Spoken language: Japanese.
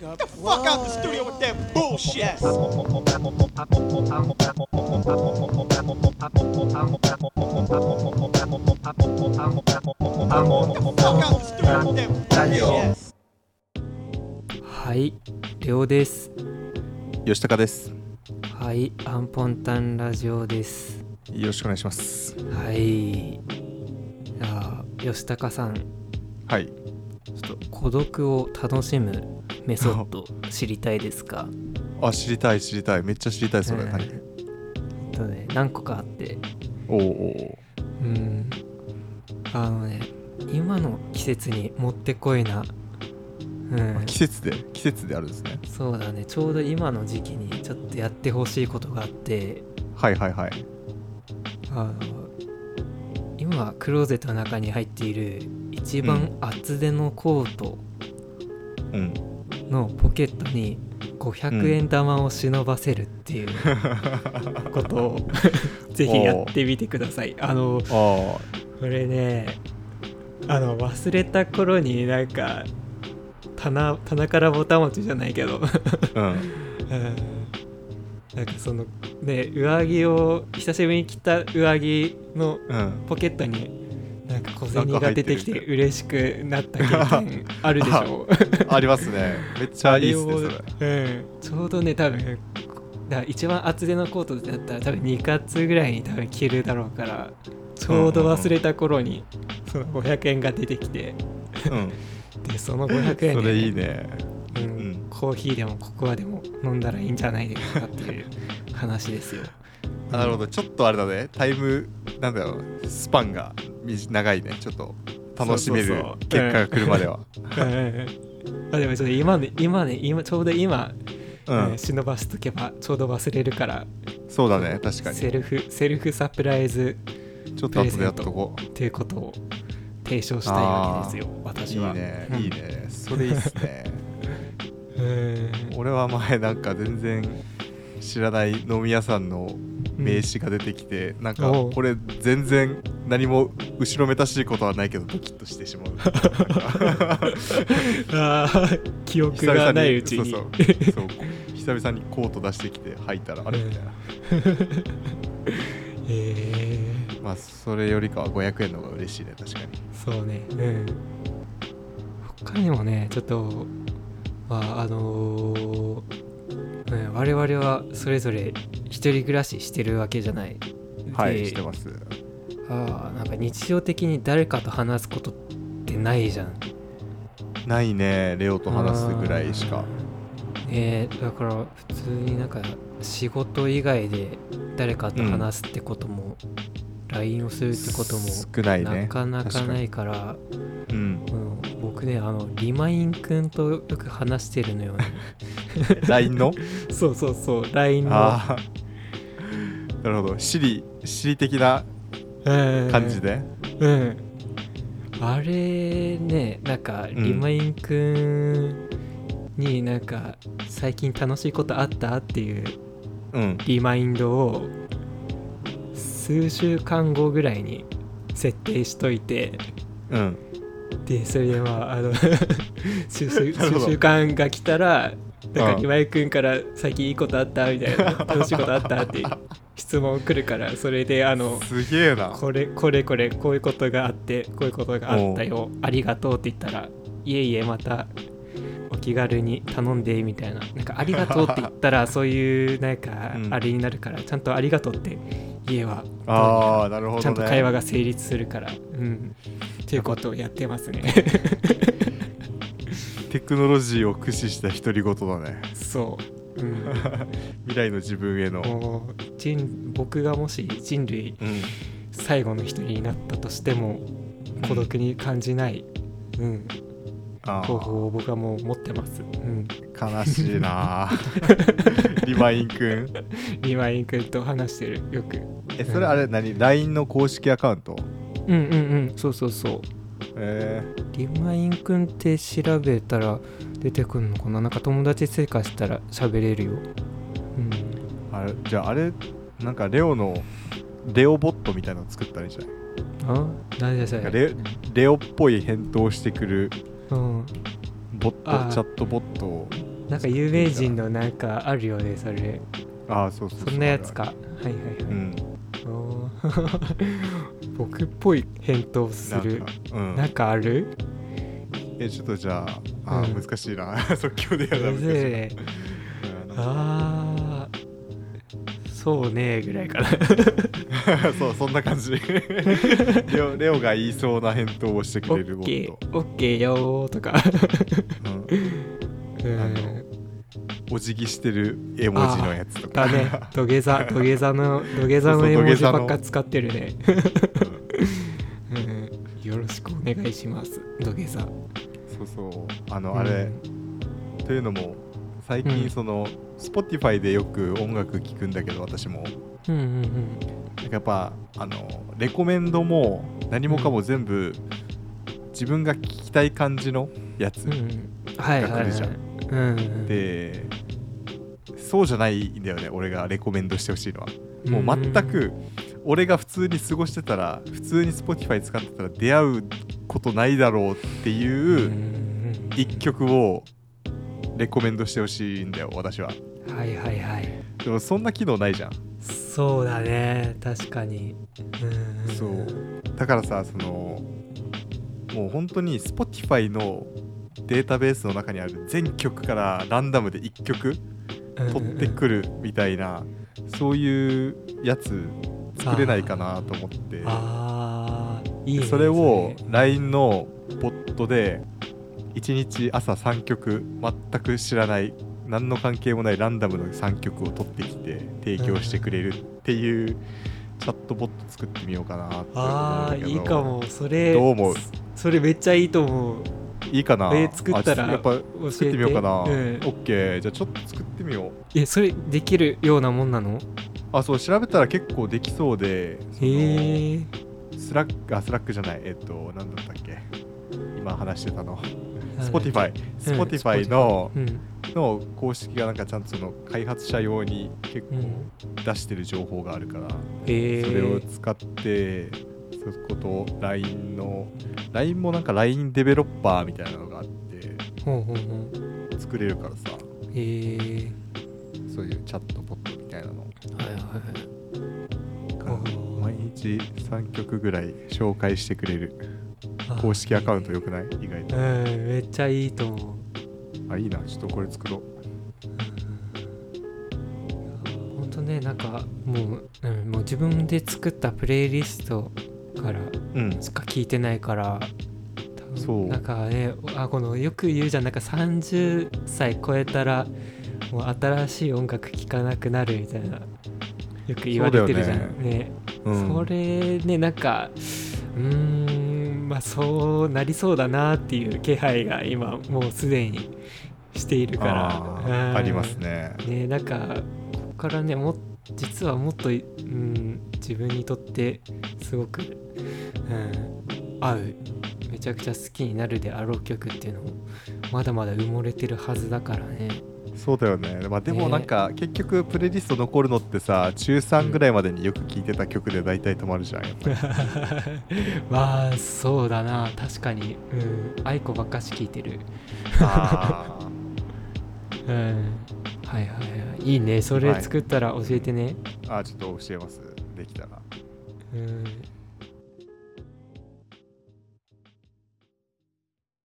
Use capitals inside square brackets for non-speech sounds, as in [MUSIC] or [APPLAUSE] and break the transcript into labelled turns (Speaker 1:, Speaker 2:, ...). Speaker 1: Get the fuck out the studio with that bullshit. Fuck out the studio with that bullshit.
Speaker 2: はい、レオです。
Speaker 3: 吉高です。
Speaker 2: はい、アンポンタンラジオです。
Speaker 3: よろしくお願いします。
Speaker 2: はい。あー、吉高さん、
Speaker 3: はい。
Speaker 2: 孤独を楽しむメソッド知りたいですか？
Speaker 3: あ、知りたい、知りたい。めっちゃ知りたい、それ。
Speaker 2: うん
Speaker 3: 何
Speaker 2: えっとね、何個かあって、
Speaker 3: おうお
Speaker 2: うん、あのね、今の季節にもってこいな、うん
Speaker 3: う。、季節で、季節であるんですね。
Speaker 2: そうだね、ちょうど今の時期にちょっとやってほしいことがあって。
Speaker 3: はいはいはい。
Speaker 2: あの今クローゼットの中に入っている一番厚手のコート
Speaker 3: うん。
Speaker 2: のポケットに500円玉を忍ばせるっていうことを、ぜひやってみてくださいあの
Speaker 3: あ
Speaker 2: これねあの忘れた頃になんか棚棚からぼたもちじゃないけど
Speaker 3: あ、う
Speaker 2: うん
Speaker 3: ん。
Speaker 2: なんかそのね上着を久しぶりに着た上着の
Speaker 3: うん。
Speaker 2: ポケットになんか小
Speaker 3: なん
Speaker 2: 銭
Speaker 3: か
Speaker 2: が
Speaker 3: 入っ
Speaker 2: 出
Speaker 3: て
Speaker 2: て
Speaker 3: る
Speaker 2: きて嬉しくなった経
Speaker 3: [LAUGHS]
Speaker 2: 験あるでしょ
Speaker 3: ありますね。めっちゃいいですね、それ。
Speaker 2: うん、ちょうどね多分だから一番厚手のコートだったら多分2月ぐらいに多分着るだろうからちょうど忘れた頃にその500円が出てきて
Speaker 3: うん。
Speaker 2: でその500円
Speaker 3: そ
Speaker 2: で、
Speaker 3: れいいね。
Speaker 2: うん
Speaker 3: うん
Speaker 2: コーヒーでもココアでも飲んだらいいんじゃないですかって
Speaker 3: [LAUGHS]
Speaker 2: いう話ですよ。
Speaker 3: あなるほど。ちょっとあれだね。タイム、なんだろう。スパンが短長いね。ちょっと楽しめ
Speaker 2: そう
Speaker 3: る
Speaker 2: そうそう
Speaker 3: 結果が来るまでは。
Speaker 2: [LAUGHS] うんあでもちょっと今ね今ね今ちょうど今、
Speaker 3: う
Speaker 2: えー
Speaker 3: ん。
Speaker 2: 忍ばしとけばちょうど忘れるから
Speaker 3: そうだね。確かに。
Speaker 2: セルフセルフサプライズ
Speaker 3: ちょっと後でやっとこう。
Speaker 2: ということを提唱したいわけですよ私
Speaker 3: いい
Speaker 2: は
Speaker 3: ね
Speaker 2: う。ん
Speaker 3: いいね。それいいっすね。
Speaker 2: うん
Speaker 3: 俺は前なんか全然知らない飲み屋さんの名刺が出てきて、なんか
Speaker 2: おう
Speaker 3: これ全然何も後ろめたしいことはないけどドキッとして
Speaker 2: [LAUGHS]
Speaker 3: しまう
Speaker 2: あー記憶
Speaker 3: 久々
Speaker 2: が
Speaker 3: に
Speaker 2: ないうちに
Speaker 3: そうそうそう久々にコート出してきて履いたらあれ
Speaker 2: うん
Speaker 3: みたいな、
Speaker 2: えー
Speaker 3: まあそれよりかは500円の方が嬉しいね確かに
Speaker 2: そうねうん他にもねちょっとまああのーうん我々はそれぞれ一人暮らししてるわけじゃない
Speaker 3: はい
Speaker 2: で
Speaker 3: してます
Speaker 2: あーなんか日常的に誰かと話すことってないじゃん
Speaker 3: ないねレオと話すぐらいしか
Speaker 2: えーだから普通になんか仕事以外で誰かと話すってことも、LINE をするってことも
Speaker 3: 少ないね
Speaker 2: なかなか
Speaker 3: 確
Speaker 2: な
Speaker 3: に
Speaker 2: いから
Speaker 3: うん
Speaker 2: うん、僕ねあのリマインくんとよく話してるのよね
Speaker 3: [LAUGHS]
Speaker 2: [LAUGHS]
Speaker 3: LINE の
Speaker 2: そうそうそう LINE
Speaker 3: ああなるほど Siri Siri 的な感
Speaker 2: 感
Speaker 3: じで、
Speaker 2: うん、あれねなんか
Speaker 3: うん
Speaker 2: リマインくんになんか最近楽しいことあったっていう
Speaker 3: うん
Speaker 2: リマインドを数週間後ぐらいに設定しといて
Speaker 3: うん
Speaker 2: でそれでまああ
Speaker 3: [LAUGHS]
Speaker 2: の数数
Speaker 3: なるほ
Speaker 2: 数
Speaker 3: ど
Speaker 2: 週間が来たらなん
Speaker 3: う
Speaker 2: か
Speaker 3: ん
Speaker 2: リマインくんから最近いいことあったみたいな楽しいことあったって質問来るからそれであの
Speaker 3: すげえな
Speaker 2: これこれこれこういうことがあってこういうことがあったよありがとうって言ったらいえいえまたお気軽に頼んでみたいななんかありがとうって言った
Speaker 3: [LAUGHS]
Speaker 2: らそういうなんか
Speaker 3: うん
Speaker 2: あれになるから、ちゃんとありがとうって言えば
Speaker 3: ああなるほどね
Speaker 2: ちゃんと会話が成立するから、うん、っていうことをやってます
Speaker 3: [LAUGHS]
Speaker 2: ね
Speaker 3: テクノロジーを駆使した独り言だね
Speaker 2: そう、うん、
Speaker 3: [LAUGHS] 未来の自分への
Speaker 2: もう人僕がもし人類
Speaker 3: うん
Speaker 2: 最後の一人になったとしても孤独に感じない、うん、
Speaker 3: あ
Speaker 2: 方法を僕はもう持ってます、うん
Speaker 3: ー悲し
Speaker 2: [LAUGHS]
Speaker 3: いなリマインくん
Speaker 2: リマイン君と話してるよく
Speaker 3: えそれあれ何 LINE の公式アカウント
Speaker 2: うんうんうんそうそうそう
Speaker 3: え
Speaker 2: リマイン君って調べたら出てくるのかななんか友達追加したら喋れるようん
Speaker 3: ー、あれじゃああれなんかレオのレオボットみたいなの作ったらいいじゃない
Speaker 2: あ何でそ
Speaker 3: なんか
Speaker 2: れ
Speaker 3: レレオっぽい返答してくる
Speaker 2: うん
Speaker 3: ボット
Speaker 2: あー
Speaker 3: チャットボットを
Speaker 2: なんか有名人のなんかあるよねそれ
Speaker 3: ああそうそうう
Speaker 2: そんなやつかはいはいはい、
Speaker 3: うん
Speaker 2: おー [LAUGHS] 僕っぽい返答す
Speaker 3: なん
Speaker 2: る
Speaker 3: かうん
Speaker 2: なんかある
Speaker 3: えちょっとじゃああー、
Speaker 2: うん
Speaker 3: 難しいな [LAUGHS] 即興でやる
Speaker 2: む
Speaker 3: 難し
Speaker 2: ずい
Speaker 3: い
Speaker 2: ね
Speaker 3: な
Speaker 2: あーそうねぐらいかな
Speaker 3: うん [LAUGHS] そうそんな
Speaker 2: [LAUGHS]
Speaker 3: 感じレオレオが言いそうな返答をして
Speaker 2: オ
Speaker 3: くれる
Speaker 2: ッ
Speaker 3: ボ
Speaker 2: ケ
Speaker 3: ッ
Speaker 2: ー
Speaker 3: ト、
Speaker 2: オッケーよーと
Speaker 3: [LAUGHS]
Speaker 2: か
Speaker 3: うん
Speaker 2: う
Speaker 3: あの
Speaker 2: ん
Speaker 3: お辞儀してる絵文字のやつとか
Speaker 2: だね
Speaker 3: [LAUGHS]
Speaker 2: 土下座土下座の土下座
Speaker 3: そう
Speaker 2: の
Speaker 3: そう
Speaker 2: 絵文字
Speaker 3: 土下座の
Speaker 2: ばっか使ってるねうんよろしくお願いします土下座
Speaker 3: そうそうあのあれ、というのも最近その、Spotify でよく音楽聴くんだけど私も
Speaker 2: うんうんうん
Speaker 3: なんかやっぱあのレコメンドも何もかも全部、自分が聴きたい感じのやつ、
Speaker 2: うんうんはいはい
Speaker 3: が来
Speaker 2: は
Speaker 3: る
Speaker 2: い
Speaker 3: じゃん
Speaker 2: うんうん
Speaker 3: でそうじゃないんだよね俺がレコメンドしてほしいのはもう全く俺が普通に過ごしてたら普通に Spotify 使ってたら出会うことないだろうって
Speaker 2: う
Speaker 3: いうん一曲をレコメンドしてほしいんだよ私は
Speaker 2: はいはいはい
Speaker 3: でもそんな機能ないじゃん
Speaker 2: そうだね確かにうんん
Speaker 3: そうだからさそのもう本当に Spotify のデータベースの中にある全曲からランダムで1曲
Speaker 2: うん
Speaker 3: [LAUGHS] 取ってくるみたいなそういうやつ作れないかなと思って
Speaker 2: あーいいね
Speaker 3: それを LINE のボットで1日朝3曲全く知らない何の関係もないランダムの3曲を取ってきて提供してくれるっていうチャットボット作ってみようかなって思
Speaker 2: あ
Speaker 3: うん
Speaker 2: あ
Speaker 3: だけど
Speaker 2: いいかもそれ
Speaker 3: どう思う
Speaker 2: それめっちゃいいと思う
Speaker 3: いいかな
Speaker 2: これ作ったら
Speaker 3: あやっぱ
Speaker 2: 教えて
Speaker 3: 作ってみようかな、
Speaker 2: うん
Speaker 3: OK じゃあちょっと作ってみよう
Speaker 2: えそれできるようなもんなの
Speaker 3: あそう調べたら結構できそうでその
Speaker 2: へえ
Speaker 3: スラックあスラックじゃないえっと何だったっけ今話してたの Spotify Spotify の、
Speaker 2: うん
Speaker 3: の公式がなんかちゃんとその開発者用に結
Speaker 2: う
Speaker 3: 構
Speaker 2: ん
Speaker 3: 出してる情報があるから、
Speaker 2: へえ
Speaker 3: それを使ってそこと LINE の LINE もなんか LINE デベロッパーみたいなのがあって
Speaker 2: ほうほうほう
Speaker 3: 作れるからさ
Speaker 2: へえ
Speaker 3: そういうチャットボットみたいなの
Speaker 2: はいはいはい
Speaker 3: から
Speaker 2: おー
Speaker 3: 毎日3曲ぐらい紹介してくれる
Speaker 2: あー
Speaker 3: 公式アカウントよくない意外と
Speaker 2: うんめっちゃいいと思う
Speaker 3: あいいなちょっとこれ作ろう
Speaker 2: 本当ねなんかもう,、うん、もう自分で作ったプレイリストから
Speaker 3: うん
Speaker 2: しか聞いてないから多分
Speaker 3: そう
Speaker 2: なんかねあこのよく言うじゃんなんか30歳超えたらもう新しい音楽聴かなくなるみたいなよく言われてるじゃ
Speaker 3: そうん
Speaker 2: ね
Speaker 3: うん
Speaker 2: それねなんかうーんまあそうなりそうだなっていう気配が今もうすでにしているから
Speaker 3: あ
Speaker 2: う
Speaker 3: ー
Speaker 2: ん
Speaker 3: ありますね
Speaker 2: ねなんかここからねも実はもっと、うん、自分にとってすごく、うん、合うめちゃくちゃ好きになるであろう曲っていうのもまだまだ埋もれてるはずだからね
Speaker 3: そうだよね、まあ、でも
Speaker 2: ね
Speaker 3: なんか結局プレイリスト残るのってさ中3ぐらいまでによく聴いてた曲で大体止まるじゃんやっぱ
Speaker 2: [LAUGHS]
Speaker 3: り
Speaker 2: まあそうだな確かに、うん、愛子ばっかし聴いてる
Speaker 3: あ
Speaker 2: うんはいはいはいいいねそれ
Speaker 3: はい
Speaker 2: 作ったら教えてね、
Speaker 3: ーあーちょっと教えますできたら
Speaker 2: うん